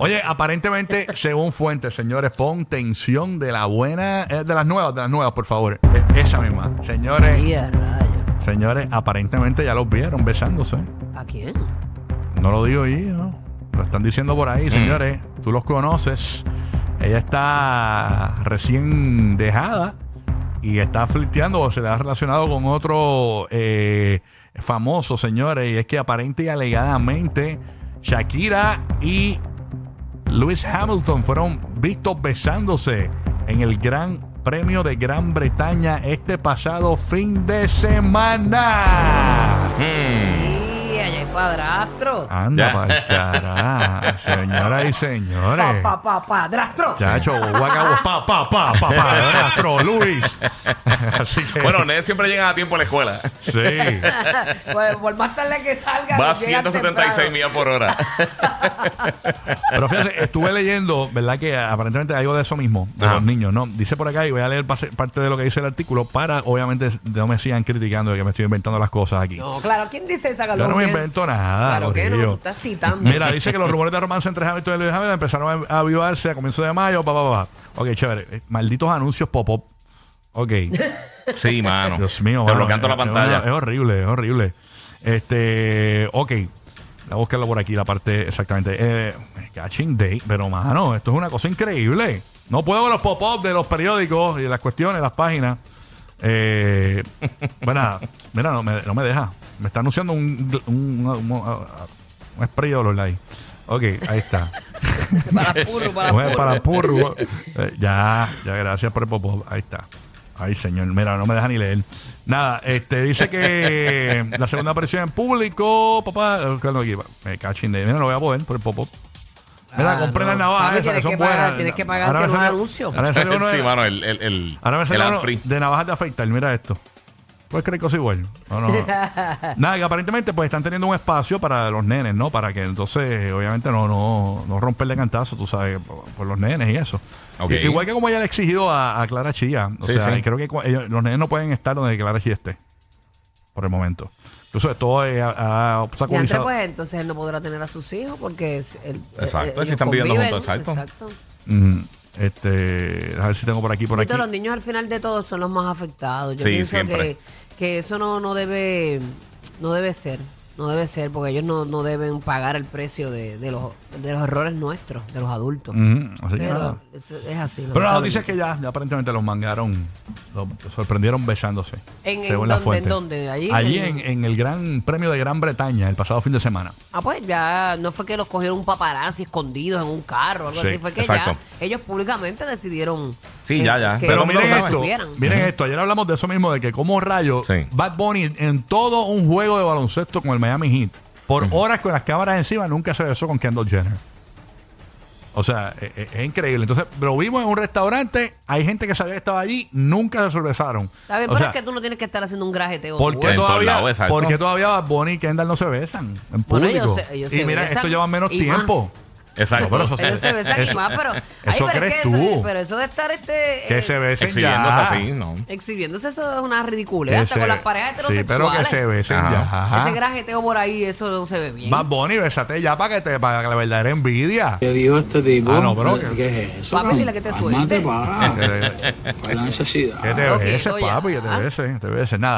Oye, aparentemente, según fuentes, señores, pon tensión de la buena, eh, de las nuevas, de las nuevas, por favor. Eh, esa misma. Señores, Y a rayos. señores, aparentemente ya los vieron besándose. ¿A quién? No lo digo yo, ¿no? Lo están diciendo por ahí, señores. Tú los conoces. Ella está recién dejada y está flirteando o se la ha relacionado con otro eh, famoso, señores. Y es que aparente y alegadamente Shakira y Lewis Hamilton fueron vistos besándose en el Gran Premio de Gran Bretaña este pasado fin de semana. Sí, allá hay padrastro. Anda pa'l cará, señoras y Pa, señores. pa, pa, padrastro. Chacho, guacabo, pa, pa, pa, pa, pa, Castro, Luis. Así que, Bueno, Ned siempre llega a tiempo a la escuela. sí. Pues por más tarde que salga. Va a que llega 176 temprano. millas por hora. Pero fíjate, estuve leyendo, ¿verdad? Que aparentemente hay algo de eso mismo, de Ajá. los niños, ¿no? Dice por acá, y voy a leer pase- parte de lo que dice el artículo para, obviamente, no me sigan criticando de que me estoy inventando las cosas aquí. No, claro, ¿quién dice esa Yo no me invento nada. Claro que no, Corillo. tú estás citando. Mira, dice que los rumores de romance entre Hamilton y Lewis Hamilton empezaron a avivarse a comienzos de mayo. Pa, pa, pa. Ok, chévere. Eh, Malditos anuncios pop-up. Ok. Sí, mano. Dios mío. Te mano, bloquean toda la es- es pantalla. una- Es horrible, es horrible. Este, ok. Voy a buscarlo por aquí, la parte exactamente. Eh, catching day. Pero, mano, esto es una cosa increíble. No puedo con los pop-up de los periódicos y de las cuestiones, las páginas. Eh, bueno, nada. mira, no me, no me deja. Me está anunciando un, gl- un, un- un- un spray de olor ahí. Ok, ahí está. Para purro, para Bueno, purro. para purgo. Eh, ya, ya, gracias por el pop Ahí está. Ay, señor, mira, no me deja ni leer. Nada, este, dice que la segunda aparición en público, papá, eh, claro, aquí va. me cachin de, mira, no voy a poder por el pop Mira, Ah, compré no. las navajas Papi, esas que tienes son que pagar, buenas. tienes que pagar Ahora que me no salió- anuncio. Ahora me salió uno sí, de- mano, el, el, el, Ahora me el salió uno Anfree. de navajas de afeitar, mira esto. Pues creer que soy igual. No, no, no. Nada, que aparentemente pues están teniendo un espacio para los nenes, ¿no? Para que entonces, obviamente, no, no, no romperle cantazo, tú sabes, por, por los nenes y eso. Ok. I- Igual que como ella le ha exigido a, a Clara Chía. O Sí, sea, sí. creo que cu- ellos- los nenes no pueden estar donde Clara Chía esté. Por el momento. Incluso esto eh, ha, ha Y entre, obstaculizado. pues entonces él no podrá tener a sus hijos porque es el, eh, Exacto, ellos si están viviendo conviven, juntos, exacto. pues. Mm, este, a ver si tengo por aquí, por aquí. Entonces, los niños al final de todo son los más afectados. Yo Sí, pienso siempre. que, que eso no, no debe no debe ser. No debe ser porque ellos no, no deben pagar el precio de, de los, de los errores nuestros, de los adultos. Mm, así que nada. Pero eso es así. Pero la lamentablemente. noticia es que ya, ya aparentemente los mangaron, los sorprendieron besándose. ¿En- en según dónde, la fuente. en dónde? ¿Allí? en, en el Gran Premio de Gran Bretaña, el pasado fin de semana. Ah, pues ya no fue que los cogieron un paparazzi escondidos en un carro o algo Sí, así. Fue que exacto. ya ellos públicamente decidieron. Sí, que- ya, ya. que Pero todo el mundo miren se sabe. esto, supieran. miren esto. Ayer hablamos de eso mismo, de que como rayo, Sí. Bad Bunny en todo un juego de baloncesto con el Miami Heat, por horas con las cámaras encima, nunca se besó con Kendall Jenner. O sea, e- e- es, increíble. Entonces, lo vimos en un restaurante, hay gente que sabía que estaba allí, nunca se sorbesaron. Está bien, O pero sea, es que tú no tienes que estar haciendo un grajeteo. ¿Por tú, qué En todos todavía, lados, exacto. porque todavía Bad Bunny y Kendall no se besan en Bueno, público? ellos se- ellos y se mira, besan esto lleva menos y tiempo. más. Exacto. No, pero eso güey. Ellos se besan y eso- más, pero. ay, eso pero es crees que eso- tú. pero eso de estar este. Que eh, se besen Exhibiéndose ya. así, ¿no. Exhibiéndose, eso es una Que ridiculez. Hasta se- con las parejas Sí, heterosexuales. pero que se besen Ajá. ya. Ese grajeteo por ahí, eso no se ve bien. Bad Bunny, besate ya para que te para que la verdadera envidia. Yo digo este tipo. Ah, no, pero ¿Qué, que- es eso? Papi, dile que te Cálmate, suelte. pa. Que Hay la necesidad. te Ok, beses, oye, papi, que te ah. beses, te beses. Nada.